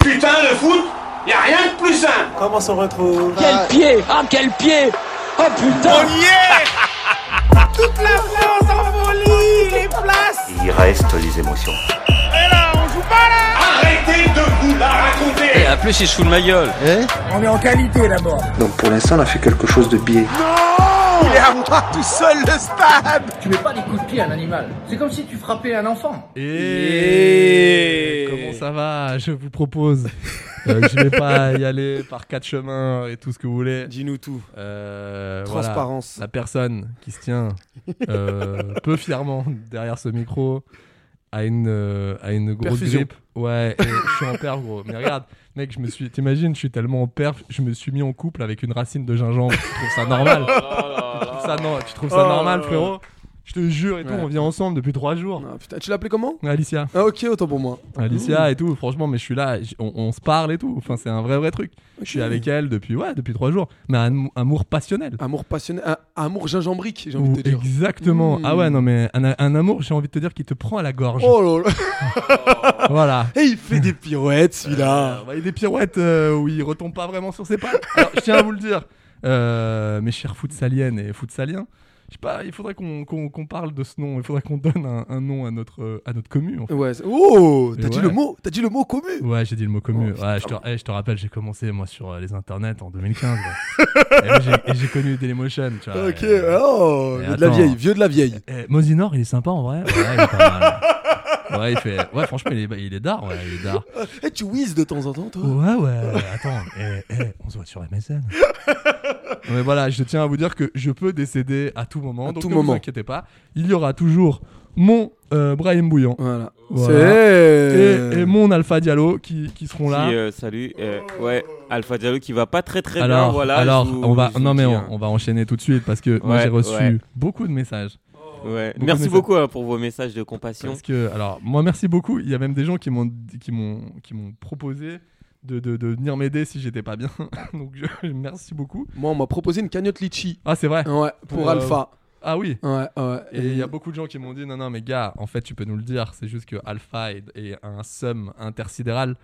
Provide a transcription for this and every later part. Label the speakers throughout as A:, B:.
A: Putain, le foot, y a rien de plus simple.
B: Comment s'en retrouve
C: Quel pied Ah, quel pied Oh putain
D: y est Toute la France en folie Les places
E: Il reste les émotions.
D: Et là, on joue pas là
A: Arrêtez de vous la raconter.
F: En plus, il se fout de ma gueule.
D: On est en qualité d'abord
G: Donc pour l'instant, on a fait quelque chose de biais.
D: Il est à moi tout seul le stade
H: Tu mets pas des coups de pied à un animal. C'est comme si tu frappais un enfant.
I: Et comment ça va Je vous propose. euh, que je vais pas y aller par quatre chemins et tout ce que vous voulez.
B: Dis-nous tout.
I: Euh, voilà.
B: Transparence.
I: La personne qui se tient euh, peu fièrement derrière ce micro a une, euh, a une grosse
B: Perfusion.
I: grippe. Ouais, et je suis en perf, gros. Mais regarde, mec, je me suis. T'imagines, je suis tellement en perf, je me suis mis en couple avec une racine de gingembre. Tu trouves ça normal Tu trouves ça, non, tu trouves ça
B: Oh
I: normal,
B: là là.
I: frérot Je te jure et tout,
B: Ouais.
I: on vit ensemble depuis trois jours.
B: Ah, putain, tu l'appelais comment
I: Alicia.
B: Ah ok, autant pour moi.
I: Alicia et tout, franchement, mais je suis là, j- on, on se parle et tout. Enfin, c'est un vrai, vrai truc. Je suis avec elle depuis, ouais, depuis trois jours. Mais un am- amour passionnel.
B: Amour passionné, ah, amour gingembrique, j'ai
I: Ou-
B: envie de te dire.
I: exactement.
B: Mm.
I: Ah ouais, non, mais un, un amour, j'ai envie de te dire, qui te prend à la gorge.
B: Oh là là
I: Voilà.
B: Et il fait des pirouettes celui-là.
I: Euh, bah, il y a des pirouettes euh, où il retombe pas vraiment sur ses pattes. Alors, je tiens à vous le dire, euh, mes chers futsaliennes et futsaliens, je sais pas, il faudrait qu'on qu'on- qu'on parle de ce nom, il faudrait qu'on donne un, un nom à notre, euh, à notre commu. en fait.
B: Ouais. c'est- Oh, t'as
I: Et
B: dit
I: ouais.
B: le mot, t'as dit le mot commu.
I: Ouais, j'ai dit le mot commu.
B: Oh,
I: ouais, je te, eh, je te rappelle, j'ai commencé moi sur euh, les internets en 2015. ouais. et moi, j'ai- et j'ai connu Dailymotion, tu vois.
B: ok,
I: Et-
B: oh,
I: mais
B: vieux de la
I: attends.
B: vieille, vieux de la vieille.
I: Eh, Mosinor, il est sympa en vrai. Ouais, il est pas mal. Ouais, il fait. Ouais, franchement, il est, il est dard. Ouais, il est dard.
B: Eh, tu whiz de temps en temps, toi.
I: Ouais, ouais. Attends, eh, eh, on se voit sur MSN. Mais voilà, je tiens à vous dire que je peux décéder à tout moment.
B: À
I: donc
B: tout
I: ne
B: moment.
I: vous inquiétez pas. Il y aura toujours mon euh, Brian Bouillon
B: Voilà.
I: Voilà.
B: C'est.
I: et, et mon Alpha Diallo qui, qui seront là.
J: Qui, euh, salut. euh, ouais, Alpha Diallo qui va pas très très
I: alors,
J: bien. Eh ben, Voilà,
I: alors
J: je vous-
I: on va.
J: je vous
I: Non, mais
J: le
I: on,
J: dis, hein.
I: on va enchaîner tout de suite parce que moi
J: Ouais,
I: j'ai reçu
J: ouais.
I: beaucoup de messages.
J: hein. Ouais.
I: beaucoup de
J: Merci
I: messages.
J: beaucoup hein, pour vos messages de compassion.
I: Parce que, alors, moi, merci beaucoup. Il y a même des gens qui m'ont qui m'ont qui m'ont proposé de, de, de venir m'aider si j'étais pas bien. Donc, je, merci beaucoup.
B: Moi, on m'a proposé une cagnotte litchi.
I: Ah, c'est vrai.
B: Ouais, pour,
I: Pour, euh,
B: Alpha.
I: Ah oui.
B: Ouais, ouais.
I: Et il y a beaucoup de gens qui m'ont dit non, non, mais gars, en fait, tu peux nous le dire. C'est juste que Alpha est, est un sum intersidéral.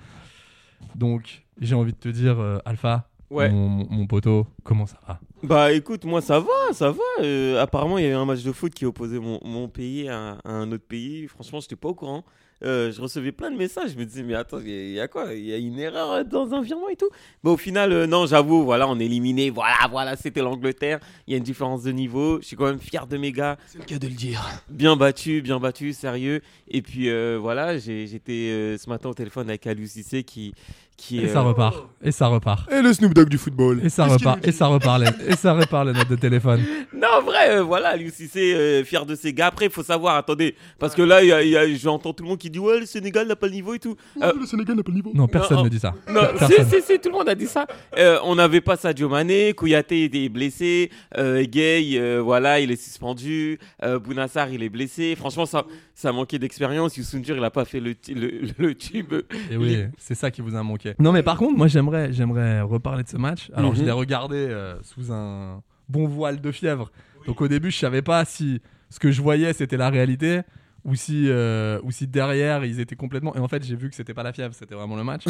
I: Donc, j'ai envie de te dire, euh, Alpha,
J: Ouais.
I: mon, mon- mon poteau, comment ça va
J: Bah écoute, moi ça va, ça va. Euh, apparemment, il y a eu un match de foot qui opposait mon, mon pays à, à un autre pays. Franchement, j'étais pas au courant. Euh, je recevais plein de messages. Je me disais, mais attends, il y a- il y, a quoi Il y a une erreur euh, dans un virement et tout. Bah au final, euh, non, j'avoue, voilà, on est éliminé. Voilà, voilà, c'était l'Angleterre. Il y a une différence de niveau. Je suis quand même fier de mes gars.
B: C'est le cas de le dire.
J: Bien battu, bien battu, sérieux. Et puis euh, voilà, j'ai- j'étais euh, ce matin au téléphone avec Aliou Cissé qui. qui
I: Et
J: euh,
I: ça repart. Et ça repart.
B: Et le Snoop Dogg du football.
I: Et ça
B: Qu'est-ce qu'il
I: repart.
B: nous
I: Et ça repart. les- Et ça repart les notes de téléphone.
J: Non, en vrai, euh, voilà, Aliou Cissé, euh, fier de ses gars. Après, il faut savoir, attendez, parce que là, il y a- il y a- j'entends tout le monde qui dit Ouais, le Sénégal n'a pas le niveau et tout. Euh,
B: dit Le Sénégal n'a pas le niveau.
I: Non, personne
J: Non,
I: ne dit ça.
J: non, si,
I: Personne.
J: si, si, tout le monde a dit ça. Euh, on n'avait pas Sadio Mané, Kouyaté il est blessé, euh, Gay, euh, voilà, il est suspendu, euh, Bounassar, il est blessé. Franchement, ça, ça manquait d'expérience. Youssou N'Dour, il n'a pas fait le, ti- le, le tube.
I: Et oui, c'est ça qui vous a manqué. Non, mais par contre, moi j'aimerais, j'aimerais reparler de ce match. Alors, je l'ai regardé euh, sous un bon voile de fièvre. Donc, au début, je savais pas si ce que je voyais c'était la réalité ou si, euh, ou si derrière ils étaient complètement. Et en fait, j'ai vu que c'était pas la fièvre, c'était vraiment le match.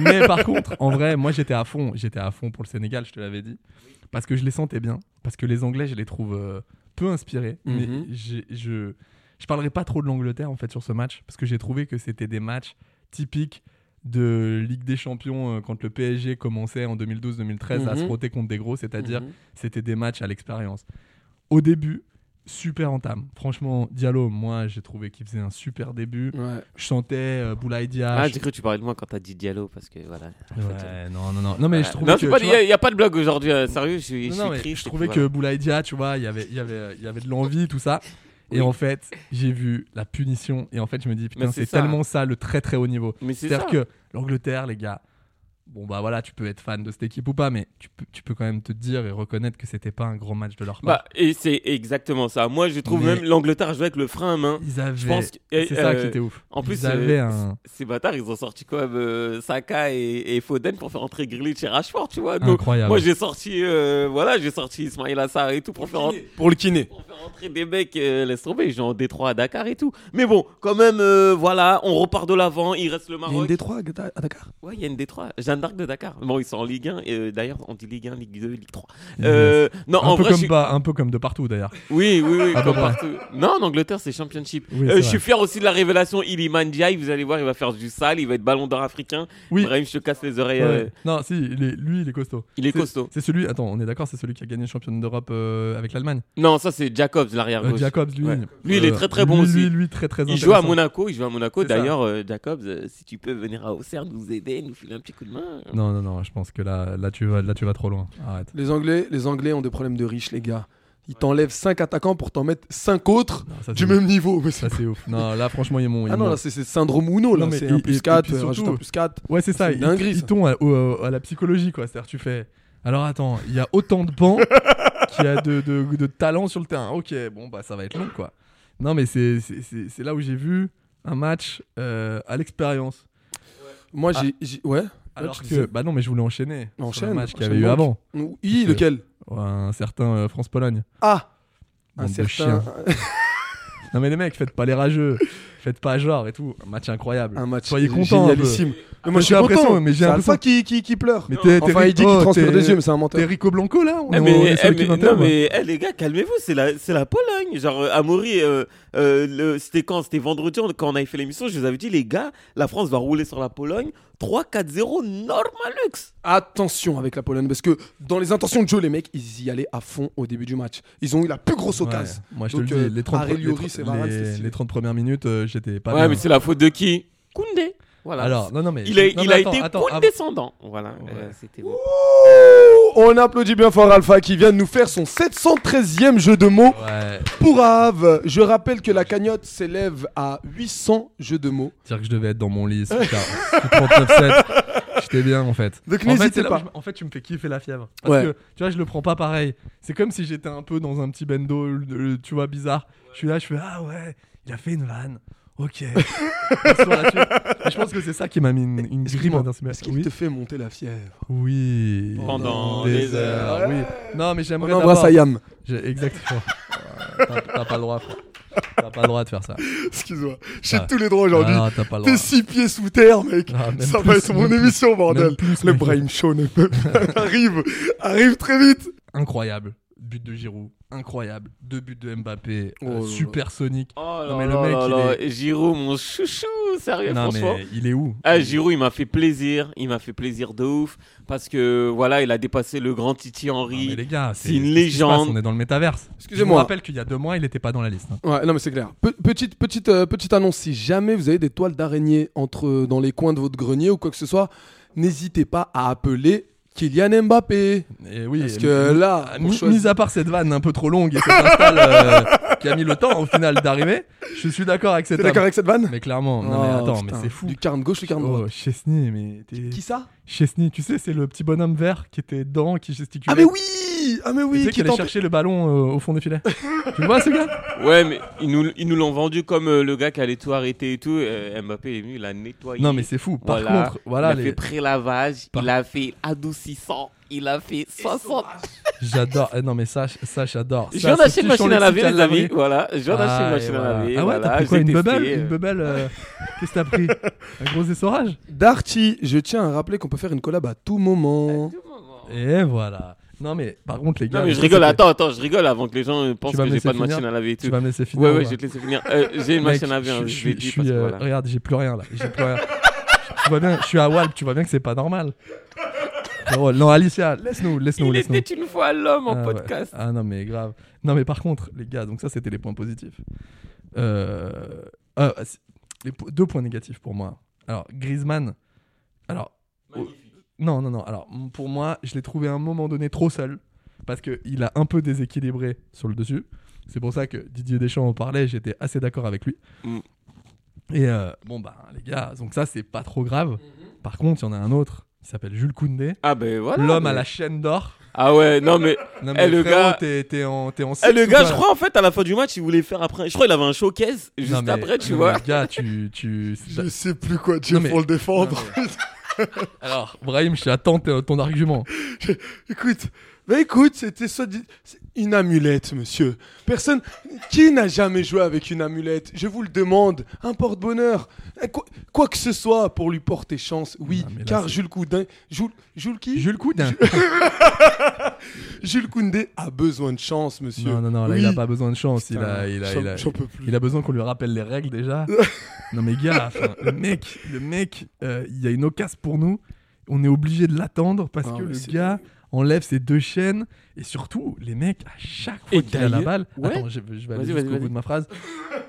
I: mais par contre, en vrai, moi j'étais à fond, j'étais à fond pour le Sénégal, je te l'avais dit, parce que je les sentais bien, parce que les Anglais, je les trouve euh, peu inspirés. Mais
B: Mhm.
I: j'ai- je je parlerai pas trop de l'Angleterre en fait sur ce match, parce que j'ai trouvé que c'était des matchs typiques de Ligue des Champions euh, quand le PSG commençait en 2012-2013 à
B: Mhm.
I: se frotter contre des gros, c'est-à-dire
B: Mhm.
I: c'était des matchs à l'expérience. Au début, super entame. Franchement, Diallo, moi j'ai trouvé qu'il faisait un super début.
B: Ouais.
I: Je sentais euh, Boulaye Dia,
J: Ah,
I: je-
J: j'ai cru que tu parlais de moi quand t'as dit Diallo, parce que voilà.
I: Ouais, non, non, non. Non, mais je trouve
J: Euh, non,
I: que.
J: c'est pas-
I: tu
J: il
I: vois-
J: n'y a, pas de blague aujourd'hui, euh, sérieux, je suis, je
I: non,
J: suis
I: non, mais
J: triste.
I: je
J: et
I: trouvais
J: puis
I: que Boulaïdia, tu vois, il y avait- il y avait- il y avait de l'envie, tout ça. Et en fait, j'ai vu la punition. Et en fait, je me dis, putain,
J: Mais c'est
I: c'est
J: ça.
I: tellement ça le très très haut niveau.
J: voilà. Mais c'est ça.
I: C'est-à-dire que l'Angleterre, les gars, Bon bah voilà, tu peux être fan de cette équipe ou pas, mais tu peux, tu peux quand même te dire et reconnaître que c'était pas un gros match de leur part.
J: Bah, et c'est exactement ça. Moi, je trouve
I: Mais-
J: même l'Angleterre jouait avec le frein à main.
I: ils avaient,
J: Je pense que. et,
I: c'est ça
J: euh,
I: qui était ouf.
J: en plus,
I: ils avaient
J: euh,
I: un,
J: Ces bâtards, ils ont sorti quand même euh, Saka et, et Foden pour faire entrer Grealish et Rashford, tu vois. Donc,
I: incroyable.
J: moi, j'ai sorti, euh, voilà, j'ai sorti Ismail Assar et tout pour faire, en-
B: Pour le kiné.
J: pour faire entrer des mecs, euh, laisse tomber, ils jouent en Détroit à Dakar et tout. Mais bon, quand même, euh, voilà, on repart de l'avant, il reste le
B: Il y a une
J: Maroc.
B: Détroit à Gata- à Dakar
J: Ouais, il y a une Détroit, Jeanne d'Arc de Dakar. Bon, ils sont en Ligue 1, et euh, d'ailleurs, on dit Ligue 1, Ligue 2, Ligue 3. Euh, non,
I: un
J: en
I: peu
J: vrai, je
I: comme
J: suis-
I: pas- un peu comme de partout d'ailleurs.
J: oui, oui, oui,
I: À peu
J: comme
I: près.
J: partout. Non, en Angleterre, c'est Championship.
I: Oui,
J: Euh,
I: c'est
J: je
I: vrai.
J: suis fier aussi de la révélation Iliman Ndiaye. Vous allez voir, il va faire du sale, il va être ballon d'or africain.
I: Oui.
J: Brahim, je te casse les oreilles.
I: Ouais.
J: euh,
I: Non, si, il est- lui, il est costaud.
J: il est
I: C'est-
J: costaud.
I: C'est celui, attends, on est d'accord, c'est celui qui a gagné le champion d'Europe euh, avec l'Allemagne.
J: Non, ça, c'est Jacobs, l'arrière
I: Euh,
J: gauche.
I: Jacobs, lui.
J: Ah,
I: Euh,
J: Ouais. Lui, il est très, très bon
I: lui,
J: aussi.
I: Lui, lui, très très
J: il joue à
I: intéressant.
J: Monaco, il joue à Monaco.
I: C'est ça.
J: D'ailleurs, euh, Jacobs, euh, si tu peux venir à Auxerre nous aider, nous filer un petit coup de main.
I: Non, non, non, je pense que là, là, tu, vas, là tu vas trop loin. Arrête.
B: Les Anglais, les Anglais ont des problèmes de riches, les gars. Ils t'enlèvent 5 attaquants pour t'en mettre 5 autres
I: Non, ça,
B: du
I: c'est
B: même niveau. Mais c'est-
I: Ça c'est ouf. Non, là franchement ils m'ont. ils
B: Ah non,
I: m'ont-
B: là c'est c'est syndrome Uno, là.
I: Non, mais
B: C'est
I: et-
B: un
I: et- et
B: plus 4,
I: puis
B: rajoute
I: surtout-
B: un plus 4.
I: ouais c'est ça.
B: c'est
I: Ils,
B: une dinguerie,
I: ils
B: ça.
I: tombent à, au- à la psychologie quoi. C'est-à-dire tu fais. Alors attends, il y a autant de bancs qu'il y a de, de, de talent sur le terrain. Ok, bon bah ça va être long quoi. Non mais c'est c'est- c'est c'est là où j'ai vu un match euh, à l'expérience.
B: Moi
I: ah.
B: j'ai. j'ai- Ouais
I: Alors
B: tu
I: que
B: disais-
I: bah non mais je voulais enchaîner. sur
B: Enchaîne,
I: le match qu'il y avait
B: enchaîne
I: eu
B: donc.
I: avant.
B: I, lequel
I: Ouais, Un certain euh, France Pologne.
B: Ah
I: Bande de chiens. Non mais les mecs faites pas les rageux, faites pas genre et tout. Un match incroyable.
B: Un match
I: Soyez contents. un peu.
B: génialissime. Mais
I: J'ai
B: moi je suis
I: l'impression-
B: content.
I: mais j'ai
B: C'est
I: l'impression-
B: Alpha qui, qui, qui pleure.
I: Mais t'es- t'es
B: Enfin, il dit
I: oh,
B: qu'il transpire
I: t'es-
B: des yeux, mais c'est un menteur.
I: T'es Rico Blanco là On
J: Eh,
I: est- on est
J: mais,
I: sur
J: eh,
I: l'équipe hein.
J: mais-
I: inter,
J: non
I: moi.
J: mais eh, les gars calmez-vous c'est la c'est la Pologne genre euh, Amaury euh, euh, le- c'était quand c'était vendredi on- quand on avait fait l'émission je vous avais dit les gars la France va rouler sur la Pologne 3-4-0 Normalux
B: Attention avec la Pologne, parce que dans les intentions de jeu, les mecs, ils y allaient à fond au début du match. Ils ont eu la plus grosse
I: Ouais,
B: occasion.
I: Moi, je
B: Donc,
I: te le
B: euh,
I: dis, les 30,
B: Ariel
I: les
B: Yuri,
I: 30
B: c'est Varane,
I: les-
B: c'est stylé.
I: les 30 premières minutes, euh, j'étais pas
J: ouais
I: bien.
J: mais c'est la faute de qui Koundé voilà
I: Alors, non, non, mais...
J: il a,
I: non,
J: il
I: mais
J: a
I: attends,
J: été
I: attends, avant-
J: condescendant voilà
I: Ouais.
J: euh, c'était bon.
B: Ouh, On applaudit bien fort Alpha qui vient de nous faire son 713e jeu de mots
I: Ouais,
B: pour Ave. Je rappelle que la cagnotte s'élève à 800 jeux de mots.
I: dire que je devais être dans mon lit, c'est clair. Je suis 39-7, j'étais bien, en fait.
B: Donc
I: En fait, c'est
B: n'hésitez
I: là
B: pas.
I: où je- en fait, tu me fais kiffer la fièvre. Parce
B: Ouais.
I: que, tu vois, je le prends pas pareil. C'est comme si j'étais un peu dans un petit bendo, euh, tu vois, bizarre. Je suis là, je fais, ah ouais, il a fait une vanne. Ok. Passons là-dessus. Et je pense que c'est ça qui m'a mis une, une grippe
B: Excuse-moi,
I: dans ce match.
B: Est-ce qu'il
I: Oui.
B: te fait monter la fièvre
I: Oui.
J: Pendant des
B: heures.
I: Oui. Non, mais
B: On
I: j'aimerais
B: embrasse
I: d'abord-
B: Ayam.
I: J'ai- Exactement. Euh, t'as- T'as pas le droit, frère. T'as pas le droit de faire ça.
B: Excuse-moi.
I: Ah.
B: J'ai tous les droits aujourd'hui.
I: Non, t'as pas le droit.
B: T'es six pieds sous terre, mec.
I: Ah, même
B: Ça
I: plus,
B: va être mon
I: même
B: émission,
I: Même
B: bordel.
I: plus,
B: Le
I: mec.
B: Brahim Show ne peut- arrive, arrive très vite.
I: Incroyable. But de Giroud. Incroyable. Deux buts de Mbappé. euh,
B: Oh là là.
I: super Sonic.
J: oh là
I: Non, mais le
J: là
I: mec,
J: là
I: il
J: là. Giroud mon chouchou sérieux
I: Non,
J: franchement
I: mais il est où
J: Ah, Giroud, il m'a fait plaisir, il m'a fait plaisir de ouf, parce que voilà, il a dépassé le grand Titi
I: Non,
J: Henry.
I: mais les gars, c'est
J: c'est une
I: qu'est-ce qui se passe
J: légende.
I: On est dans le métaverse.
B: Excusez-moi.
I: Je vous rappelle qu'il y a deux mois, il était pas dans la liste. hein.
B: Ouais, non mais c'est clair. Pe- petite petite euh, petite annonce si jamais vous avez des toiles d'araignée entre euh, dans les coins de votre grenier ou quoi que ce soit, n'hésitez pas à appeler Kylian Mbappé
I: Et oui.
B: parce
I: et-
B: que là,
I: Ah,
B: pour
I: mi-
B: choisir-
I: Mis à part cette vanne un peu trop longue et cette install euh, qui a mis le temps au final d'arriver, je suis d'accord avec cette.
B: T'es d'accord avec cette vanne
I: Mais clairement, non mais
B: Oh,
I: attends,
B: putain.
I: mais c'est fou.
B: Du carne gauche, du carne droite.
I: Oh, Chesney, mais t'es-
B: Qui ça
I: Chesney, tu sais, c'est le petit bonhomme vert qui était dedans, qui gesticulait.
B: Ah mais oui Ah mais
I: Tu
B: oui,
I: sais, qui
B: qui
I: allait
B: tentait
I: chercher le ballon euh, au fond des filets. tu le vois, ce gars
J: Ouais, mais ils nous ils nous l'ont vendu comme euh, le gars qui allait tout arrêter et tout. euh, Mbappé est venu, il a nettoyé.
I: Non, mais c'est fou. Par
J: Voilà.
I: contre, voilà,
J: il a
I: les-
J: fait pré-lavage,
I: Par-
J: il a fait adoucissant, il a fait 60.
I: j'adore. Eh, non, mais ça, ça j'adore.
J: Je
I: Ça,
J: viens
I: ce
J: d'acheter
I: petit
J: une machine à
I: Jean-Luc
J: laver, les
I: Lavery.
J: amis. Voilà, je viens d'acheter
I: Ah,
J: une
I: et
J: machine
I: voilà.
J: à laver.
I: Ah ouais,
J: voilà,
I: t'as pris quoi
J: j'ai
I: Une
J: testé,
I: bubble
J: euh,
I: Une bubble euh, Qu'est-ce que t'as pris Un gros essorage
B: Darty, je tiens à rappeler qu'on peut faire une collab à tout moment.
E: Bah,
I: Et voilà. Non, mais par contre, les gars.
J: Oh. Non, mais je
I: ça,
J: rigole,
I: c'était-
J: attends, attends, je rigole avant que les gens euh, pensent
I: vas
J: que
I: me
J: j'ai
I: laisser
J: pas de machine
I: finir
J: à laver et
I: Tu
J: tout.
I: vas me laisser finir.
J: Ouais,
I: ou
J: ouais,
I: pas
J: je vais te laisser finir. Euh, J'ai une
I: Mec,
J: machine à laver, hein,
I: je
J: je l'ai
I: suis- je
J: dit
I: suis.
J: parce que
I: euh,
J: voilà.
I: Regarde, j'ai plus rien là. J'ai plus rien. Tu vois bien, je suis à Walp, tu vois bien que c'est pas normal. Drôle. Non, Alicia, laisse-nous, laisse-nous,
J: Il
I: laisse-nous.
J: était une fois l'homme en
I: Ah ouais.
J: podcast.
I: Ah non, mais grave. Non, mais par contre, les gars, donc ça, c'était les points positifs. Euh, ah, c'est- les po- deux points négatifs pour moi. Alors, Griezmann. Alors. euh, Non, non, non. Alors, m- pour moi, je l'ai trouvé à un moment donné trop seul. Parce qu'il a un peu déséquilibré sur le dessus. C'est pour ça que Didier Deschamps en parlait. J'étais assez d'accord avec lui.
J: Mm.
I: Et euh, bon, bah, les gars, donc ça, c'est pas trop grave. Par contre, il y en a un autre. Il s'appelle Jules Koundé.
J: Ah ben voilà.
I: L'homme
J: mais-
I: à la chaîne d'or.
J: Ah ouais, non mais.
I: Non,
J: Eh, le
I: frérot,
J: gars-
I: t'es, t'es en, t'es en
J: Eh, le
I: six ou
J: gars,
I: pas
J: je crois en fait à la fin du match, il voulait faire après. Je crois qu'il avait un showcase
I: Non,
J: juste
I: mais-
J: après, tu
I: non,
J: vois.
I: mais gars, tu. tu...
E: Je sais plus quoi dire
I: Non, mais-
E: pour le défendre.
I: Alors, Brahim, je t'attends t- ton argument.
B: Écoute, bah écoute, c'était soit dit- c'est une amulette, monsieur. Personne, qui n'a jamais joué avec une amulette Je vous le demande. Un porte-bonheur, Un quoi, quoi que ce soit pour lui porter chance. Oui,
I: Non, mais là,
B: car
I: c'est-
B: Jules Coudin, Jules, Jules qui
I: Jules Koundé.
B: Jules Koundé a besoin de chance, monsieur.
I: Non, non, non, là, il
B: Oui.
I: a pas besoin de chance. Il
B: Putain,
I: a, il, a,
B: j'en-
I: il, a,
B: j'en peux plus.
I: il a besoin qu'on lui rappelle les règles déjà. non, mais gars, enfin, le mec, le mec, euh, il y a une occasion pour nous. On est obligé de l'attendre parce
B: Ah
I: que
B: ouais,
I: le
B: c'est-
I: gars enlève ses deux chaînes. Et surtout, les mecs, à chaque fois
J: Et
I: qu'il a la
J: d'ailleurs-
I: balle.
J: ouais.
I: Attends, je, je vais aller
J: Vas-y,
I: jusqu'au
J: vas-y,
I: bout
J: vas-y.
I: de ma phrase.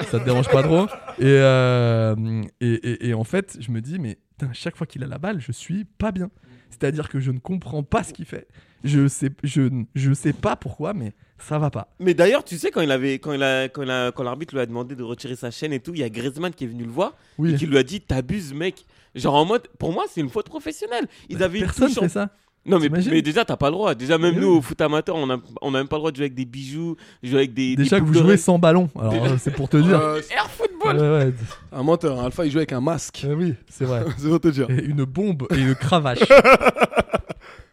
I: Ça te dérange pas trop. Et, euh, et, et- et en fait, je me dis, mais putain, chaque fois qu'il a la balle, je suis pas bien. C'est-à-dire que je ne comprends pas ce qu'il fait. Je sais, je, n- je sais pas pourquoi, mais ça va pas.
J: Mais d'ailleurs, tu sais, quand il avait, quand il a, quand il a- quand l'arbitre lui a demandé de retirer sa chaîne et tout, il y a Griezmann qui est venu le voir
I: Oui.
J: et qui lui a dit T'abuses, mec. Genre en mode, pour moi, c'est une faute professionnelle. Ils avaient une
I: Bah, Personne
J: touche en-
I: fait ça.
J: Non, mais,
I: T'imagines
J: mais déjà, t'as pas le droit. Déjà, même
I: Mais
J: nous,
I: oui.
J: au foot amateur, on a, on a même pas le droit de jouer avec des bijoux, jouer avec des. des
I: Déjà que
J: boucles
I: vous jouez
J: d'oreilles.
I: sans ballon. Alors
J: Déjà-
I: euh, c'est pour te dire.
B: Euh, c'est
J: Air football
I: Ouais, ouais,
B: un menteur, hein. Alpha, il joue avec un masque.
I: euh, oui, c'est vrai.
B: C'est pour te dire.
I: Et une bombe et une cravache.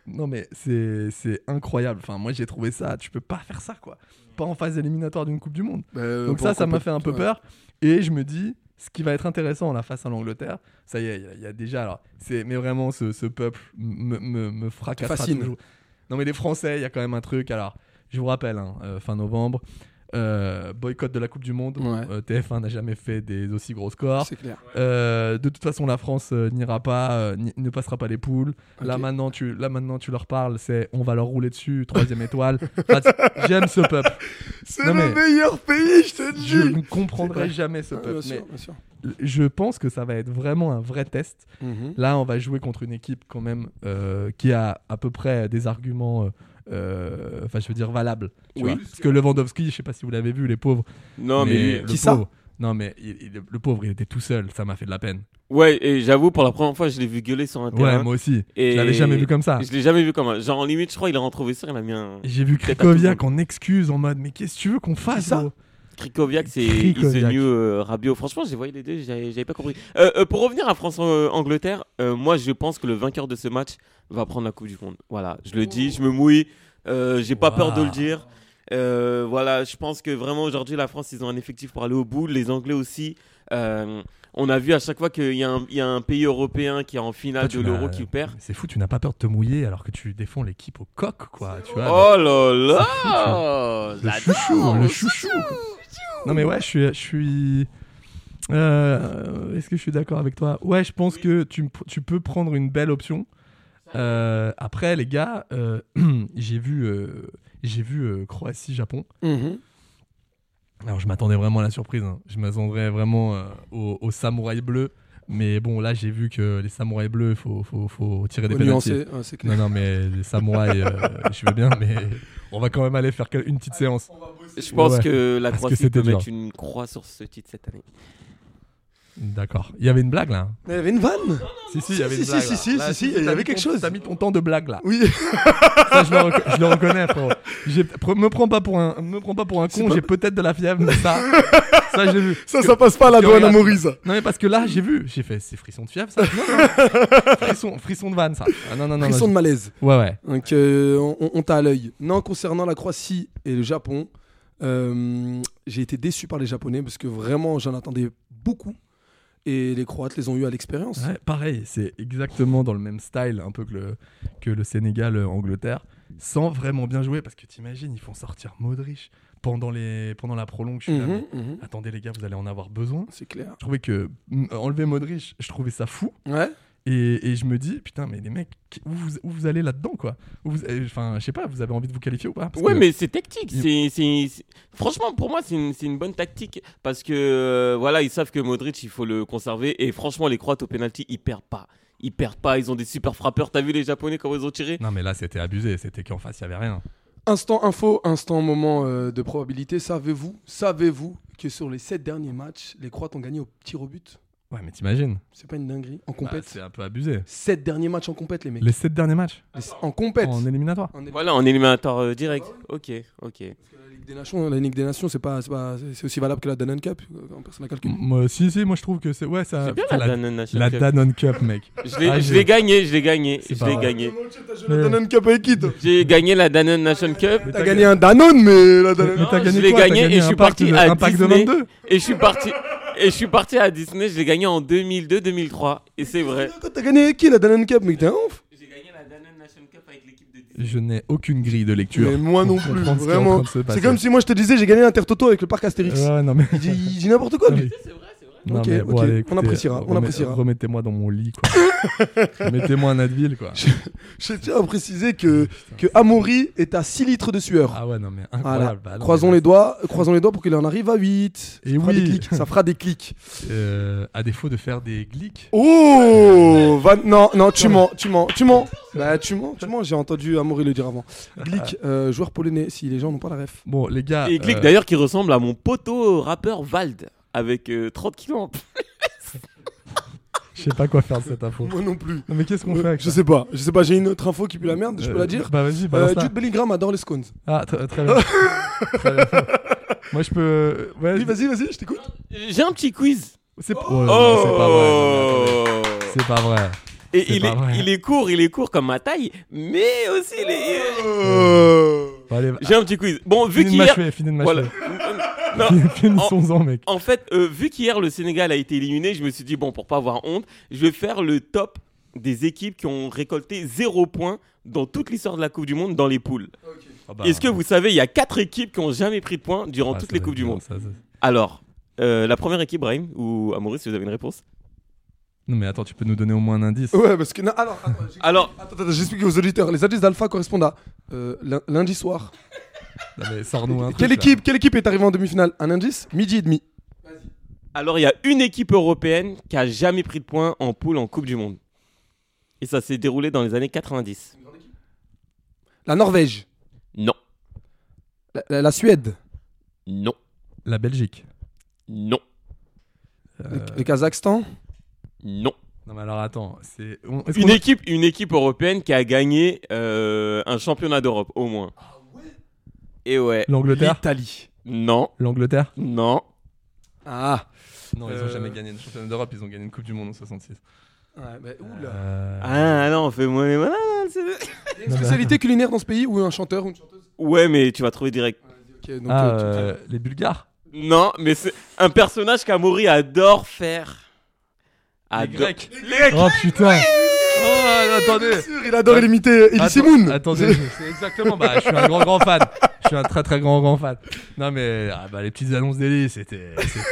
I: non mais c'est c'est incroyable. Enfin moi j'ai trouvé ça. Tu peux pas faire ça quoi. Pas en phase éliminatoire d'une Coupe du Monde.
B: Euh,
I: Donc
B: pour
I: ça, ça
B: qu'on
I: m'a
B: peut-
I: fait un peu
B: ouais.
I: peur. Et je me dis, ce qui va être intéressant la face à l'Angleterre, ça y est, il y a- il y, a déjà. Alors, c'est mais vraiment ce, ce peuple me, me, me fracassera
B: Fascine.
I: toujours. Non mais les Français, il y a quand même un truc. Alors, je vous rappelle, hein, euh, fin novembre, euh, boycott de la Coupe du Monde.
B: Ouais.
I: Euh, TF1 n'a jamais fait des aussi gros scores.
B: C'est clair.
I: Euh, de toute façon, la France euh, n'ira pas, euh, ni- ne passera pas les poules. Là
B: Ok.
I: maintenant, tu là maintenant tu leur parles, c'est on va leur rouler dessus, troisième étoile. Enfin, J'aime ce peuple.
B: C'est
I: Non,
B: le
I: mais-
B: meilleur pays, je te
I: Je
B: dis.
I: ne comprendrai
B: vrai.
I: jamais ce
B: Ah,
I: peuple.
B: bien
I: mais-
B: sûr, bien sûr.
I: je pense que ça va être vraiment un vrai test.
B: Mhm.
I: Là, on va jouer contre une équipe quand même euh, qui a à peu près des arguments, euh, euh, enfin je veux dire valables. tu
J: Oui.
I: vois. Parce que Lewandowski, je sais pas si vous l'avez vu, les pauvres.
J: Non, mais.
I: le
B: qui ça
I: pauvre- Non mais il- il- le pauvre, il était tout seul, ça m'a fait de la peine.
J: Ouais, et j'avoue, pour la première fois, je l'ai vu gueuler sur un
I: Ouais,
J: terrain.
I: moi aussi.
J: Et-
I: Je l'avais jamais vu comme ça.
J: Je l'ai jamais vu comme un. Genre, en limite, je crois, il a rentré ça, il a mis un.
I: Et J'ai vu
J: Peut-être à tout le
I: Krikoviak en excuse, en mode mais qu'est-ce que tu veux qu'on fasse
B: ça
I: gros
J: Krikoviak, c'est Is
I: Krikoviak.
J: the New euh, Rabiot. Franchement, j'ai voyé les deux, j'avais j'avais pas compris. Euh, euh, pour revenir à France-Angleterre, moi, je pense que le vainqueur de ce match va prendre la Coupe du Monde. Voilà, je le dis, je me mouille, euh, j'ai pas
I: Waouh.
J: peur de le dire. Euh, voilà, je pense que vraiment aujourd'hui, la France, ils ont un effectif pour aller au bout, les Anglais aussi. Euh, on a vu à chaque fois qu'il y, a un- il y a un pays européen qui est en finale
I: Toi, tu
J: de l'Euro
I: n'as-
J: qui perd.
I: C'est fou, tu n'as pas peur de te mouiller alors que tu défends l'équipe au coq quoi. Tu vois,
J: Oh Ah là là
I: Le chouchou, le chouchou. Non mais ouais, je suis, je suis. Euh, Est-ce que je suis d'accord avec toi Ouais, je pense que tu, m- tu peux prendre une belle option. Euh, après, les gars, euh, j'ai vu, euh, j'ai vu euh, Croatie-Japon.
B: Mhm.
I: Alors, je m'attendais vraiment à la surprise. hein. Je m'attendrais vraiment euh, au, au samouraï bleu. Mais bon, là, j'ai vu que les samouraïs bleus, il faut, faut, faut tirer des
B: Faut
I: pénalités.
B: nuancer, ouais, c'est clair.
I: Non, non, mais les samouraïs, euh, je veux bien, mais on va quand même aller faire quel- une petite séance.
J: Je pense
I: Ouais.
J: que la
I: Parce que
J: Croatie
I: c'était
J: peut
I: dur.
J: mettre une croix sur ce titre cette année.
I: D'accord. Il y avait une blague là.
B: Il y avait une vanne
I: Si, si,
B: il y avait une blague, là. Là, si, si,
I: il y
B: t'as
I: avait
B: mis
I: quelque
B: ton-
I: chose.
B: t'as
I: mis ton temps de blague là.
B: Oui.
I: Ça, je le, rec- je le reconnais, frérot. J'ai- pre- me prends pas pour un, me prends pas pour un
B: C'est
I: con,
B: pas-
I: j'ai peut-être de la fièvre, mais ça, ça j'ai vu.
B: Ça, ça passe pas à la
I: Parce que
B: douane à
I: regarde-
B: Maurice.
I: Non, mais parce que là, j'ai vu, j'ai fait, c'est frisson de fièvre, ça. Non, non. frisson, frisson de vanne, ça. Ah, non, non, non.
B: Frisson de
I: non,
B: malaise.
I: je- Ouais, ouais.
B: Donc, euh, on, on t'a à l'œil. Non, concernant la Croatie et le Japon, euh, j'ai été déçu par les Japonais parce que vraiment, j'en attendais beaucoup. Et les Croates les ont eu à l'expérience.
I: Ouais, pareil, c'est exactement dans le même style un peu que le, que le Sénégal euh, Angleterre, sans vraiment bien jouer parce que t'imagines, ils font sortir Modric pendant les pendant la prolongue. je suis là,
B: Mhm,
I: mais
B: mhm.
I: Attendez les gars, vous allez en avoir besoin.
B: C'est clair.
I: Je trouvais que mm, enlever Modric, je trouvais ça fou
B: Ouais.
I: et, et je me dis putain mais les mecs qui- où vous, où vous allez là-dedans quoi. Où vous- euh, Enfin je sais pas, vous avez envie de vous qualifier ou pas Parce
J: Ouais,
I: que-
J: mais c'est tactique.
I: il-
J: c'est- c'est- c'est- Franchement, pour moi, c'est une, c'est une bonne tactique parce que euh, voilà, ils savent que Modric, il faut le conserver. Et franchement, les Croates au penalty, ils perdent pas. Ils perdent pas. Ils ont des super frappeurs. T'as vu les Japonais comment ils ont tiré
I: Non mais là c'était abusé, c'était qu'en face il y avait rien.
B: Instant info, instant moment euh, de probabilité. Savez-vous, savez-vous que sur les 7 derniers matchs, les Croates ont gagné au tir au but
I: Ouais, mais t'imagines.
B: C'est pas une dinguerie. En
I: Bah,
B: compète.
I: c'est un peu abusé.
B: 7 derniers matchs en compète, les mecs.
I: Les 7 derniers matchs
B: Les- En compète.
I: en éliminatoire.
B: En-
J: Voilà, en éliminatoire euh, direct. Ok, ok.
B: La Ligue des Nations, la Ligue des Nations, c'est pas, c'est pas- c'est aussi valable que la Danone Cup. euh, Personne n'a calculé.
I: Moi, si, si, moi je trouve que c'est. Ouais, ça.
J: C'est bien
I: Ah, putain,
J: la,
I: la,
J: Danone National
I: la
J: Cup.
I: Danone Cup, mec.
J: Je l'ai-
I: Ah,
J: je
I: j'ai-
J: l'ai gagné, je l'ai gagné,
I: C'est
J: je
I: pas
J: l'ai
I: vrai.
J: gagné.
B: T'as joué la
I: la Ouais.
B: Danone
I: Danone
B: Cup avec qui
J: J'ai gagné la Danone National Cup
B: T'as gagné un Danone, mais la
I: Mais
B: Danone. Ah,
I: t'as
J: je
I: gagné
J: l'ai
I: quoi T'as
J: gagné et je
I: un
J: suis
I: pack
J: parti
I: de-
J: à
I: un pack de
J: Disney.
I: 22
J: et je suis parti et je suis parti à Disney, je l'ai gagné en 2002-2003 et c'est vrai.
B: Quand T'as gagné avec qui la Danone Cup, mec T'es un ouf.
J: J'ai gagné la Danone National Cup avec l'équipe de Disney.
I: Je n'ai aucune grille de lecture.
B: Mais moi non
I: pour
B: plus,
I: comprendre ce qui est en train
B: vraiment.
I: de se
B: C'est
I: passer.
B: comme si moi je te disais j'ai gagné l'Intertoto avec le parc Astérix.
I: Ouais, non, mais.
B: Il dit, il dit n'importe quoi, lui.
I: Non,
B: Ok,
I: mais
B: ok,
I: bon, allez,
B: on
I: écoutez,
B: appréciera, on
I: remet-
B: appréciera.
I: Remettez-moi dans mon lit, quoi. Remettez-moi un Advil, quoi.
B: Je tiens à préciser que, que Amaury est à 6 litres de sueur.
I: Ah ouais, non, mais
B: Voilà.
I: incroyable. Bah non,
B: croisons,
I: mais-
B: les doigts, croisons les doigts pour qu'il en arrive à 8.
I: Et
B: ça, fera
I: oui.
B: des clics, ça fera des clics.
I: Euh, à défaut de faire des glicks.
B: Oh va- Non, non, tu mens, tu mens, tu mens. Bah, tu mens, tu mens, j'ai entendu Amaury le dire avant. Glick, euh, joueur polonais, si les gens n'ont pas la ref.
I: Bon, les gars.
J: Et Glick
I: euh,
J: d'ailleurs qui ressemble à mon poteau rappeur Vald avec euh, 30 kilos.
I: Je sais pas quoi faire de cette info. Euh,
B: Moi non plus. Euh,
I: Non, mais qu'est-ce qu'on fait avec
B: je
I: ça
B: sais pas, je sais pas, j'ai une autre info qui pue la merde, je peux
I: Euh,
B: la dire.
I: Bah vas-y, balance
B: Euh,
I: ça.
B: Jude Bellingham adore les scones.
I: Ah, tr- très bien. Très bien. Moi, je peux. euh, Ouais,
B: Oui, vas-y, vas-y, je t'écoute.
J: J'ai un petit quiz.
I: c'est pas... ouais, Oh, non, c'est pas vrai. non, mais attendez.
J: Oh.
I: C'est pas vrai.
J: Et
I: c'est
J: il
I: pas
J: est,
I: vrai.
J: il est court, il est court comme ma taille, mais aussi il est...
I: Bon, allez,
J: J'ai un petit quiz. Bon, vu
I: finis de
J: qu'hier...
I: m'achever, finis de
J: Voilà.
I: m'achever.
J: Non,
I: Finissons-en, mec.
J: En fait, euh, vu qu'hier le Sénégal a été éliminé, je me suis dit, bon, pour pas avoir honte, je vais faire le top des équipes qui ont récolté 0 point dans toute l'histoire de la Coupe du Monde dans les poules.
I: Ah bah,
J: Est-ce que vous savez, il y a 4 équipes qui ont jamais pris de points durant
I: ah,
J: toutes
I: ça
J: les
I: va
J: Coupes
I: être
J: du
I: dur,
J: Monde
I: ça, ça.
J: Alors, euh, la première équipe, Brahim, ou Amaury, si vous avez une réponse.
I: Non, mais attends, tu peux nous donner au moins un indice.
B: Ouais, parce que. non, alors, attends, j'ai-
J: Alors,
B: attends, attends, j'explique aux auditeurs. Les indices d'Alpha correspondent à euh, lin- lundi soir.
I: Non, mais sors-nous un truc,
B: Quelle
I: là.
B: équipe, quelle équipe est arrivée en demi-finale Un indice Midi et demi.
J: alors il y a une équipe européenne qui a jamais pris de points en poule en Coupe du Monde. Et ça s'est déroulé dans les années 90.
B: La Norvège.
J: Non,
B: La, la- la Suède.
J: non,
I: La Belgique.
J: non,
I: Euh,
B: Le, le Kazakhstan.
J: non.
I: Non, mais alors attends, c'est. on- est-ce qu'on-
J: Une équipe, une équipe européenne qui a gagné euh, un championnat d'Europe, au moins. Ah ouais Et ouais.
I: L'Angleterre
B: L'Italie.
J: Non,
I: L'Angleterre Euh.
J: non.
B: Ah.
I: Non,
B: ils ont jamais
I: gagné une championne d'Europe, ils ont gagné une Coupe du Monde en 66.
B: Ouais, bah, oula.
I: Euh.
J: Ah non, fais-moi les malins, là, c'est-
B: Il y a une spécialité culinaire dans ce pays ou un chanteur ou une chanteuse
J: Ouais, mais tu vas trouver direct.
B: Ok, donc,
I: Ah,
B: euh, tu-
I: euh, les Bulgares
J: Non, mais c'est un personnage qu'Amaury adore faire.
I: Oh putain Oh, attendez
B: Bien sûr, il adore l'imiter Elie
I: Atten-
B: Semoun.
I: Attendez, je- c'est exactement. Bah, je suis un grand grand fan. Je suis un très très grand grand fan. Non mais ah, bah, les petites annonces d'Eli, c'était. c'était-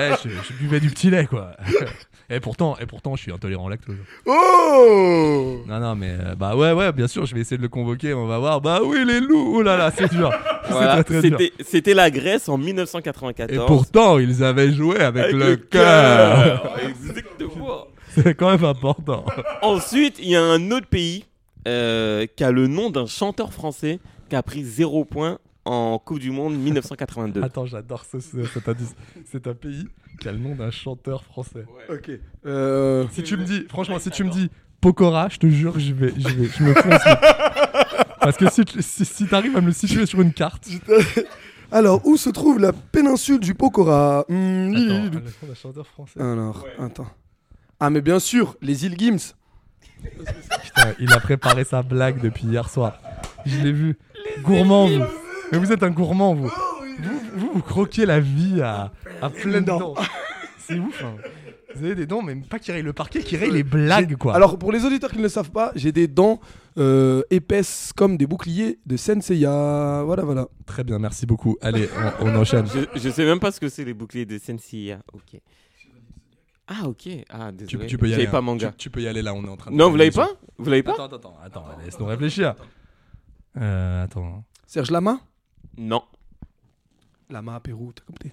I: Eh, je, je buvais du petit lait quoi. et pourtant, et pourtant, je suis intolérant au lactose.
B: Oh
I: Non non mais euh, bah ouais ouais, bien sûr, je vais essayer de le convoquer. On va voir. Bah oui les loups. Oh là là, c'est dur. C'est
J: Voilà,
I: très, très dur.
J: c'était c'était la Grèce en
I: Et
J: 1994.
I: pourtant, ils avaient joué avec,
J: Avec
I: le cœur.
J: Exactement.
I: C'est quand même important.
J: Ensuite, il y a un autre pays euh, qui a le nom d'un chanteur français qui a pris 0 points en Coupe du Monde 1982.
I: Attends, j'adore ce, ce- cet indice. C'est un pays qui a le nom d'un chanteur français.
B: Ok. Euh,
I: Si tu me dis, franchement, si tu me dis Pokora, je te jure, je vais, je vais, je me fonce. mec. Parce que si, tu- si, si t'arrives à me le situer sur une carte.
B: Alors, où se trouve la péninsule du Pokora Hmm, l'île du-
I: Attends, le d'un chanteur français.
B: Alors, attends. Ah, mais bien sûr, les îles Gims.
I: Putain, il a préparé sa blague depuis hier soir. Je l'ai vu. Gourmand, vous. Mais vous êtes un gourmand, vous. Vous, vous, vous croquez la vie à, à plein
B: dents.
I: dents. C'est ouf, hein. Vous avez des dents, mais pas qui rayent le parquet, qui rayent les blagues, quoi.
B: Alors, pour les auditeurs qui ne le savent pas, j'ai des dents euh, épaisses comme des boucliers de Senseiya. Voilà, voilà.
I: Très bien, merci beaucoup. Allez, on, on enchaîne.
J: Je, je sais même pas ce que c'est les boucliers de Senseiya. Ok. Ah ok. Ah
I: Tu,
J: désolé.
I: tu peux y
J: J'avais
I: aller.
J: pas
I: hein.
J: manga.
I: Tu, tu peux y aller là, on est en train de.
J: Non, vous l'avez pas Vous l'avez pas
I: Attends, attends, attends, attends, laisse-nous réfléchir. Euh, attends.
B: Serge Lama
J: Non.
B: Lama, Pérou, t'as compris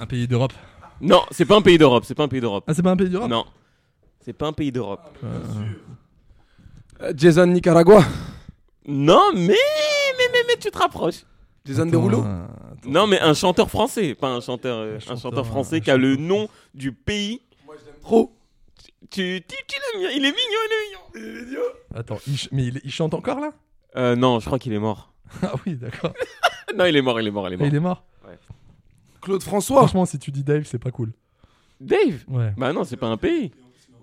I: Un pays d'Europe.
J: Non, c'est pas un pays d'Europe. C'est pas un pays d'Europe.
I: Ah, c'est pas un pays d'Europe
J: Non. C'est pas un pays d'Europe.
B: Euh, Jason Nicaragua
J: Non, mais mais mais mais tu te rapproches.
B: Jason Derulo
I: Attends, euh, attends.
J: Non, mais un chanteur français, pas un chanteur, euh,
I: Un
J: un chanteur,
I: chanteur,
J: français
I: un
J: qui a le
I: chanteur
J: nom du pays.
B: Trop.
J: Tu, tu, tu l'aimes bien, il est mignon, il est mignon.
I: Attends, il ch- mais il, il chante encore là
J: Euh, non, je crois qu'il est mort.
I: Ah oui, d'accord.
J: Non, il est mort, il est mort, il est
I: Et
J: mort.
I: il est mort.
B: Claude François.
I: Franchement, si tu dis Dave, c'est pas cool.
J: Dave
I: Ouais.
J: Bah non, c'est pas un pays.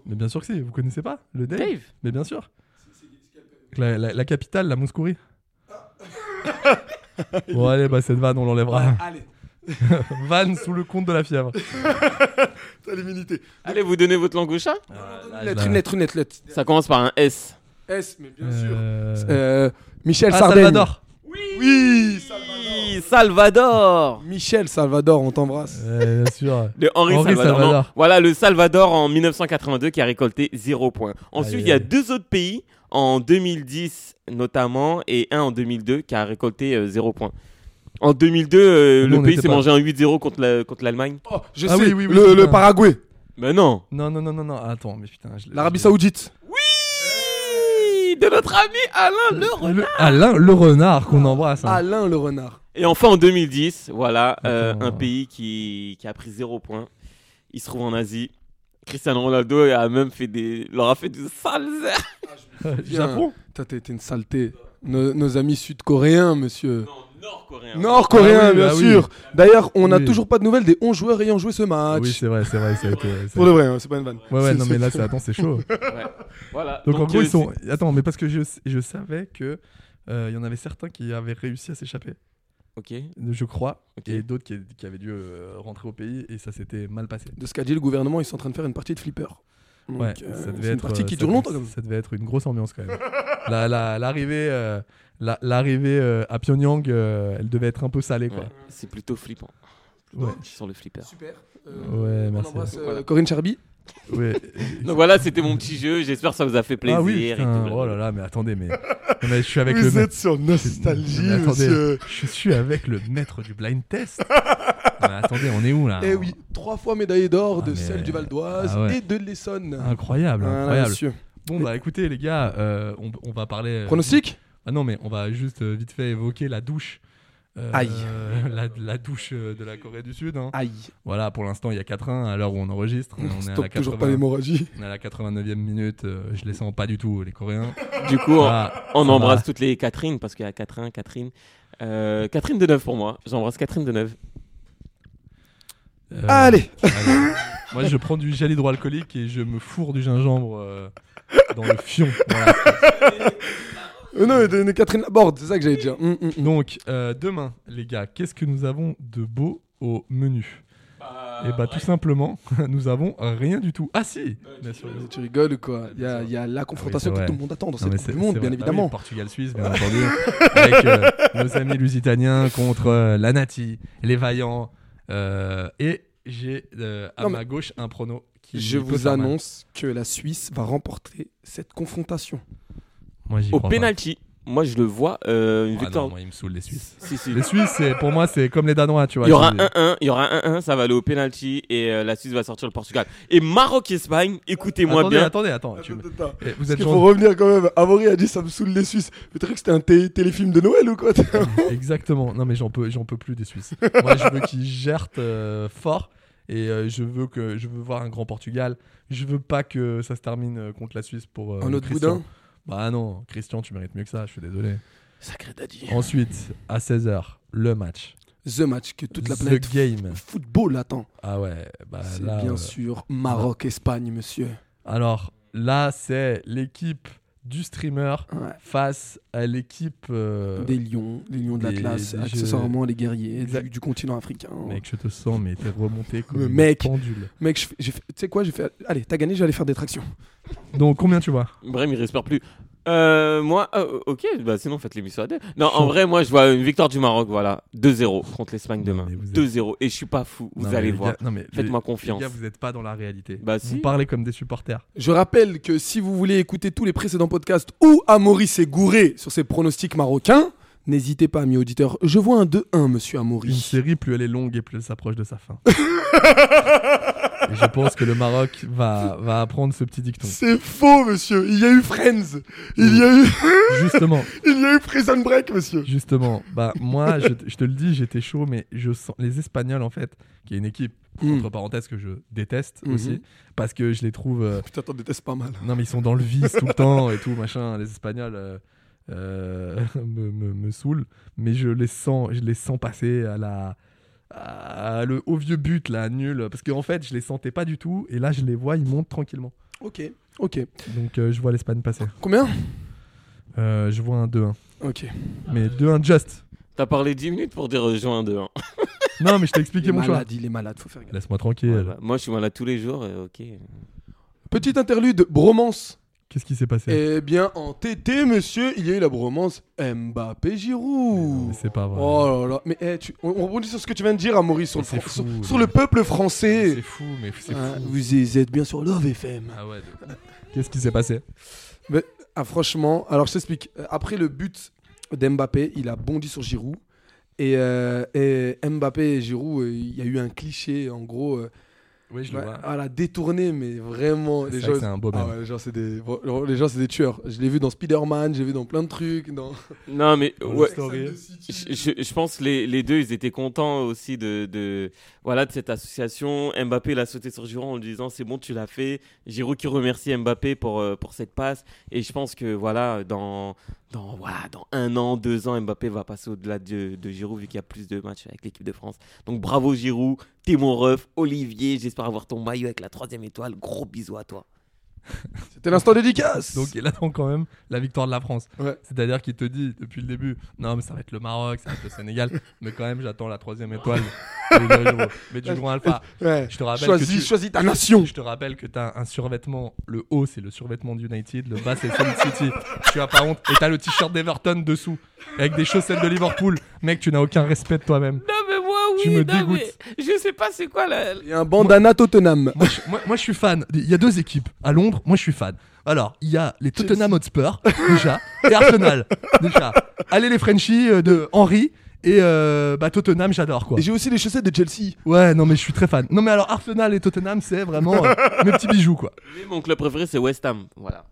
I: Mais bien sûr que si, vous connaissez pas le Dave,
J: Dave
I: Mais bien sûr. La, la- la capitale, la Mouskouri. bon, allez, bah cette vanne, on l'enlèvera.
B: Allez,
I: vanne sous le compte de la fièvre.
B: t'as l'immunité.
J: Allez, vous donnez votre langue au chat
B: Lettre, une lettre, une lettre, lettre.
J: Ça commence par un S.
B: S, mais bien sûr.
I: Euh,
B: Euh, Michel
I: ah,
B: Sardaigne.
I: Salvador.
B: Oui, Salvador.
J: Oui, Salvador
B: Michel Salvador, on t'embrasse.
I: Euh, bien sûr.
J: De Henri,
I: Henri
J: Salvador.
I: Salvador.
J: Non, Voilà le Salvador en 1982 qui a récolté 0 points. Ensuite,
I: Aïe,
J: il y a
I: aïe.
J: deux autres pays en 2010 notamment et un en 2002 qui a récolté 0 points. En 2002, euh,
I: Nous, on
J: le pays
I: n'était
J: s'est
I: pas.
J: mangé un 8-0 contre la- contre l'Allemagne.
B: Oh, je
I: Ah
B: sais,
I: oui, oui, oui,
B: le,
I: c'est
B: le
I: bien.
B: Paraguay,
J: Mais non
I: Non, non, non, non, non. Attends, mais putain. je l'ai-
B: l'Arabie
I: je
B: Saoudite.
J: Oui De notre ami Alain
I: l'ai-
J: Leroy.
I: Le, Alain, le renard qu'on embrasse. hein.
B: Alain le renard.
J: Et enfin en 2010, voilà euh,
I: Attends.
J: un pays qui, qui a pris 0 points. Il se trouve en Asie. Cristiano Ronaldo a même fait des, leur a fait des sales airs.
I: Euh, Japon
B: Toi, t'es t'es une saleté. Nos, nos amis sud-coréens, monsieur.
J: Nord-coréen.
B: Nord-coréens,
I: Ah oui,
B: bien
I: ah oui.
B: sûr. D'ailleurs, on n'a
I: Oui.
B: toujours pas de nouvelles des 11 joueurs ayant joué ce match.
I: Oui, c'est vrai, c'est vrai. Ça a été, ça a
B: Pour de vrai, hein, c'est pas une vanne.
I: Ouais, ouais,
B: C'est-
I: non,
B: c'est-
I: mais là, c'est- attends, c'est chaud.
J: Voilà.
I: Donc, en gros,
J: euh,
I: ils sont. Attends, mais parce que je, je savais que euh, il y en avait certains qui avaient réussi à s'échapper,
J: Ok.
I: je crois,
J: Ok.
I: et d'autres qui, qui avaient dû euh, rentrer au pays et ça s'était mal passé.
B: De ce qu'a dit le gouvernement, ils sont en train de faire une partie de flipper. Donc,
I: Ouais,
B: euh,
I: ça devait
B: c'est
I: être.
B: une partie qui
I: ça
B: dure
I: devait-
B: longtemps, comme ça.
I: Ça devait être une grosse ambiance quand même. La- la- L'arrivée euh, la- l'arrivée euh, à Pyongyang, euh, elle devait être un peu salée quoi.
J: Ouais, C'est plutôt flippant.
I: Ouais.
J: Ils sont le flipper.
B: Super.
I: Ouais, merci.
B: On embrasse euh,
J: Voilà.
B: Corinne Charby.
I: Ouais.
J: Donc voilà, c'était mon petit jeu. J'espère que ça vous a fait plaisir.
I: ah oui,
J: et
I: putain,
J: tout.
I: oh là là, mais attendez, mais, Non, mais je suis avec le
B: Vous
I: mec-
B: êtes sur Nostalgie,
I: Mais attendez,
B: monsieur.
I: Je suis avec le maître du blind test. Non, mais attendez, on est où là
B: Eh oui, trois fois médaillé d'or
I: Ah,
B: de
I: mais-
B: celle du Val d'Oise
I: Ah ouais.
B: et de l'Essonne.
I: Incroyable,
B: Voilà,
I: incroyable.
B: monsieur.
I: Bon bah écoutez les gars, euh, on, on va parler. euh,
B: Pronostic
I: Ah non mais on va juste euh, vite fait évoquer la douche. Euh,
B: Aïe.
I: La, la douche euh, de la Corée du Sud. hein.
B: Aïe.
I: Voilà, pour l'instant il y a 4-1 à l'heure où on enregistre. On est, à la
B: Stop toujours
I: 80
B: pas l'hémorragie.
I: on est à la 89e minute. euh, je les sens pas du tout les Coréens.
J: Du coup, on-
I: Ah,
J: on
I: ça
J: embrasse
I: va.
J: toutes les Catherine parce qu'il y a Catherine, Catherine. Euh, Catherine Deneuve pour moi. J'embrasse Catherine Deneuve.
I: Euh,
B: Allez
I: allez. Moi je prends du gel hydroalcoolique et je me fourre du gingembre euh, dans le fion. Voilà.
B: Euh, Non, mais de- de Catherine Laborde, c'est ça que j'allais dire. Hum, hum, hum.
I: Donc, euh, demain, les gars, qu'est-ce que nous avons de beau au menu Et bah, tout simplement, nous avons rien du tout. Ah, si Bien sûr.
B: Mais Tu rigoles ou quoi Il y, a- il y a la confrontation
I: Ah oui, c'est
B: que tout
I: vrai.
B: le monde attend dans
I: Non,
B: cette
I: mais
B: Coupe
I: c'est-
B: du
I: c'est
B: Monde,
I: vrai.
B: bien
I: Ah oui,
B: évidemment.
I: Portugal-Suisse, bien entendu. avec euh, nos amis lusitaniens contre euh, la Nati, les Vaillants. euh, et j'ai euh, à
B: Non, mais-
I: ma gauche un prono qui.
B: Je
I: peut
B: vous
I: faire mal.
B: annonce que la Suisse va remporter cette confrontation.
I: Moi, j'y
J: Au
I: crois
J: penalty, moi je le vois. euh,
I: pas.
J: une
I: Ah non,
J: victoire.
I: moi, ils me saoulent, les Suisses.
J: Si, si.
I: Les Suisses, c'est- pour moi, c'est comme les Danois, tu vois.
J: Il y aura
I: c'est-
J: un 1 il y aura un 1 ça va aller au penalty et euh, la Suisse va sortir le Portugal. Et Maroc-Espagne, écoutez-moi
I: Attendez,
J: bien.
I: attendez, attends. tu me- Eh, Vous
B: Parce
I: êtes
B: qu'il
I: gentil.
B: faut revenir quand même. Avory a dit ça me saoule les Suisses. Mais t'as cru que c'était un té- téléfilm de Noël ou quoi
I: Oh, Exactement. Non, mais j'en peux, j'en peux plus des Suisses. Moi, je veux qu'ils gèrent euh, fort et euh, je veux que je veux voir un grand Portugal. Je veux pas que ça se termine euh, contre la Suisse pour euh,
B: Un autre
I: Christian.
B: boudin
I: Bah non, Christian, tu mérites mieux que ça. Je suis désolé.
B: Sacré daddy.
I: Ensuite, à 16h, le match.
B: The match que toute la
I: The
B: planète
I: game.
B: football attend.
I: Ah ouais. Bah
B: c'est
I: là.
B: bien
I: euh,
B: sûr Maroc-Espagne, monsieur.
I: Alors là, c'est l'équipe du streamer
B: Ouais.
I: face à l'équipe. euh,
B: Des lions, les lions de
I: des-
B: l'Atlas,
I: des jeux-
B: accessoirement les guerriers
I: Exact.
B: du, du continent africain.
I: Mec, je te sens, mais t'es remonté comme
B: Le
I: une
B: mec.
I: pendule.
B: Mec, je fais- j'ai fait- tu sais quoi, j'ai fait. Allez, t'as gagné, je vais aller faire des tractions.
I: Donc combien tu vois
J: Brême, il respire plus. Euh, moi, euh, ok, bah sinon faites l'émission à deux. Non,
I: Chaud.
J: en vrai, moi je vois une victoire du Maroc, voilà. 2-0 contre l'Espagne
I: Non,
J: demain.
I: mais vous êtes-
J: 2-0. Et je suis pas fou, vous
I: Non, mais
J: allez
I: les
J: voir.
I: gars- non, mais les-
J: Faites-moi
I: Les
J: confiance.
I: gars, vous n'êtes pas dans la réalité.
J: Bah,
I: vous
J: si.
I: parlez comme des supporters.
B: Je rappelle que si vous voulez écouter tous les précédents podcasts où Amaury s'est gouré sur ses pronostics marocains, n'hésitez pas, amis auditeurs. Je vois un 2-1, monsieur
I: Une
B: Amaury.
I: série, plus elle est longue et plus elle s'approche de sa fin. Et je pense que le Maroc va, va apprendre ce petit dicton.
B: C'est faux, monsieur. Il y a eu Friends. Il y a eu,
I: Justement,
B: il y a eu Prison Break, monsieur.
I: justement. Bah, moi, je, te- je te le dis, j'étais chaud, mais je sens. Les Espagnols, en fait, qui est une équipe,
J: Hmm.
B: Mm.
I: entre parenthèses, que je déteste
B: Mhm.
I: aussi, parce que je les trouve. euh,
B: Putain, t'en détestes pas mal.
I: Non, mais ils sont dans le vice tout le temps et tout, machin. Les Espagnols euh, euh, me, me, me saoulent, mais je les sens, je les sens passer à la. à le, au vieux but, là, nul. Parce qu'en fait, je les sentais pas du tout, et là, je les vois, ils montent tranquillement.
B: Ok. Ok.
I: Donc, euh, je vois l'Espagne passer.
B: Combien
I: Euh, je vois un 2-1.
B: Ok.
I: Mais
B: Ah.
I: 2-1 just.
J: T'as parlé 10 minutes pour dire euh, juin 2. hein.
I: Non, mais je t'ai expliqué
B: Il est
I: mon choix.
B: malade, il est malade, faut faire gaffe.
I: Laisse-moi tranquille.
J: Ouais, bah, moi, je suis malade tous les jours, euh, ok.
B: Petite interlude, bromance.
I: Qu'est-ce qui s'est passé
B: Eh bien, en TT, monsieur, il y a eu la bromance Mbappé-Giroud.
I: Mais C'est pas vrai.
B: Oh là là, mais eh, tu- on on rebondit sur ce que tu viens de dire à Maurice sur,
I: Mais
B: le,
I: c'est
B: fran- sur-
I: fou,
B: sur
I: mais-
B: le peuple
I: Mais
B: français.
I: C'est fou, mais c'est
B: Hein,
I: fou.
B: vous y êtes bien sur Love FM.
I: Ah ouais. de- Qu'est-ce qui s'est passé
B: Ah, franchement, alors je t'explique. Euh, Après le but d'Mbappé, il a bondi sur Giroud. Et, euh, et Mbappé et Giroud, euh, il y a eu un cliché, en gros, euh,
I: Oui, je le
B: voilà,
I: vois.
B: voilà, détourné, mais vraiment.
I: C'est
B: les
I: vrai que
B: gens-
I: c'est un beau
B: Ah
I: mec.
B: ouais, les gens, c'est des, bon, les gens, c'est des tueurs. Je l'ai vu dans Spider-Man, j'ai vu dans plein de trucs. Dans...
J: Non, mais ouais,
I: Story.
J: je, je- je pense que les, les deux, ils étaient contents aussi de, de- voilà, de cette association. Mbappé l'a sauté sur Giroud en lui disant c'est bon, tu l'as fait. Giroud qui remercie Mbappé pour, euh, pour cette passe. Et je pense que voilà, dans, dans, voilà, dans un an, deux ans, Mbappé va passer au-delà de, de Giroud vu qu'il y a plus de matchs avec l'équipe de France. Donc bravo Giroud, t'es mon ref, Olivier, j'espère avoir ton maillot avec la troisième étoile. Gros bisous à toi.
B: C'était l'instant dédicace.
I: Donc il attend quand même la victoire de la France.
B: Ouais.
I: C'est-à-dire qu'il te dit depuis le début, non mais ça va être le Maroc, ça va être le Sénégal, mais quand même j'attends la troisième étoile. mais du grand alpha.
B: Ouais.
I: Je te rappelle
B: choisis,
I: que tu-
B: choisis ta nation.
I: Je te rappelle que t'as un survêtement, le haut c'est le survêtement d'United, le bas c'est celui de City. tu as pas honte. Et t'as le t-shirt d'Everton dessous, avec des chaussettes de Liverpool. Mec, tu n'as aucun respect de toi-même.
J: Non mais moi oui,
I: Tu me non, mais dégoûtes.
J: je sais pas c'est quoi la...
B: Et un bandana Tottenham.
I: Moi je, moi- moi, je suis fan. Il y a deux équipes à Londres. Moi je suis fan. Alors il y a les Tottenham Hotspur déjà et Arsenal déjà. Allez les Frenchies euh, de Henry et euh, bah, Tottenham j'adore quoi.
B: Et j'ai aussi les chaussettes de Chelsea.
I: Ouais non mais je suis très fan. Non mais alors Arsenal et Tottenham c'est vraiment euh, mes petits bijoux quoi.
J: Mon club préféré c'est West Ham. Voilà.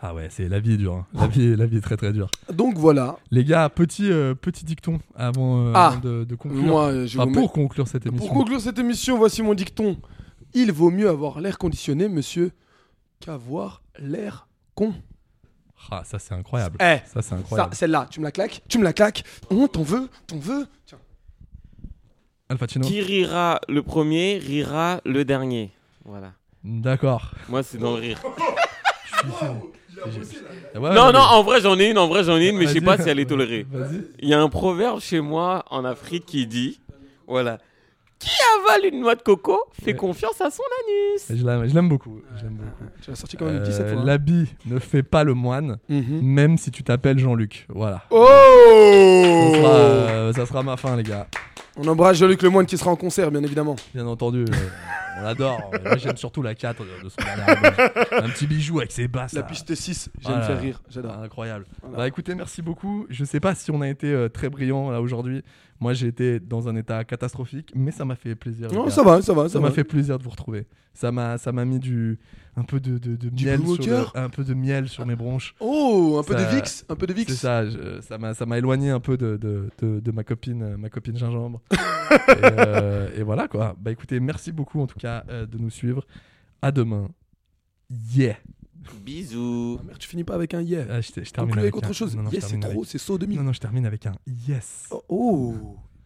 I: Ah ouais c'est la vie est dure. hein. La vie est- la vie est très très dure.
B: Donc voilà,
I: Les gars petit euh, petit dicton avant, euh,
B: Ah.
I: avant de, de conclure.
B: moi euh, je
I: Enfin,
B: vous mets-
I: pour conclure cette émission.
B: Pour conclure cette émission, voici mon dicton. Il vaut mieux avoir l'air conditionné, monsieur, qu'avoir l'air con.
I: Ah ça c'est incroyable.
B: Eh,
I: Ça c'est
B: ça,
I: incroyable.
B: celle-là, tu me la claques, tu me la claques. On t'en veux, t'en veux. Tiens.
I: Al Pacino.
J: Qui rira le premier, rira le dernier. Voilà.
I: D'accord.
J: Moi, c'est dans le rire.
I: Ouais, ouais,
J: non,
I: Ah, mais-
J: non, en vrai, j'en ai une, en vrai, j'en ai une, mais je sais
I: Vas-y.
J: pas si elle est tolérée.
I: Vas-y.
J: Il y a un proverbe chez moi en Afrique qui dit voilà. Qui avale une noix de coco fait
I: Ouais.
J: confiance à son anus.
I: Je l'aime, je l'aime beaucoup. je l'aime beaucoup.
B: Tu l'as sorti quand même 17
I: Euh,
B: fois. hein.
I: L'habit ne fait pas le moine,
B: Mhm.
I: même si tu t'appelles Jean-Luc. Voilà.
B: Oh
I: Ça, sera, euh, ça sera ma fin, les gars.
B: On embrasse Jean-Luc Lemoine qui sera en concert, bien évidemment.
I: Bien entendu, euh, on l'adore. Moi, j'aime surtout la 4 de, de son dernier album. Un petit bijou avec ses basses.
B: La
I: là.
B: piste 6, j'aime
I: Voilà.
B: faire rire, j'adore.
I: Incroyable.
B: Voilà.
I: Bah écoutez, merci beaucoup. Je sais pas si on a été euh, très brillant là aujourd'hui. Moi, j'ai été dans un état catastrophique, mais ça m'a fait plaisir. les
B: Non,
I: gars.
B: ça va, ça va,
I: Ça
B: ça
I: m'a
B: va.
I: fait plaisir de vous retrouver. Ça m'a, ça m'a mis du, un peu de, de, de
B: Du
I: miel,
B: Blue
I: sur le-
B: Walker
I: un peu de miel sur mes bronches.
B: Oh, un peu
I: Ça-
B: de Vix, un peu de Vix.
I: C'est ça, je- ça m'a, ça m'a éloigné un peu de, de, de- de ma copine, euh, ma copine gingembre. et, euh, et voilà quoi. Bah écoutez, merci beaucoup en tout cas euh, de nous suivre. À demain. Yeah.
J: Bisous.
B: Ah, merde, tu finis pas avec un yeah.
I: Ah, je, t- je termine
B: Conclue avec
I: un-
B: autre chose.
I: Non, non, je
B: Yeah, c'est
I: termine
B: trop,
I: avec-
B: c'est saut 2000.
I: Non, non, je termine avec un yes.
B: Oh.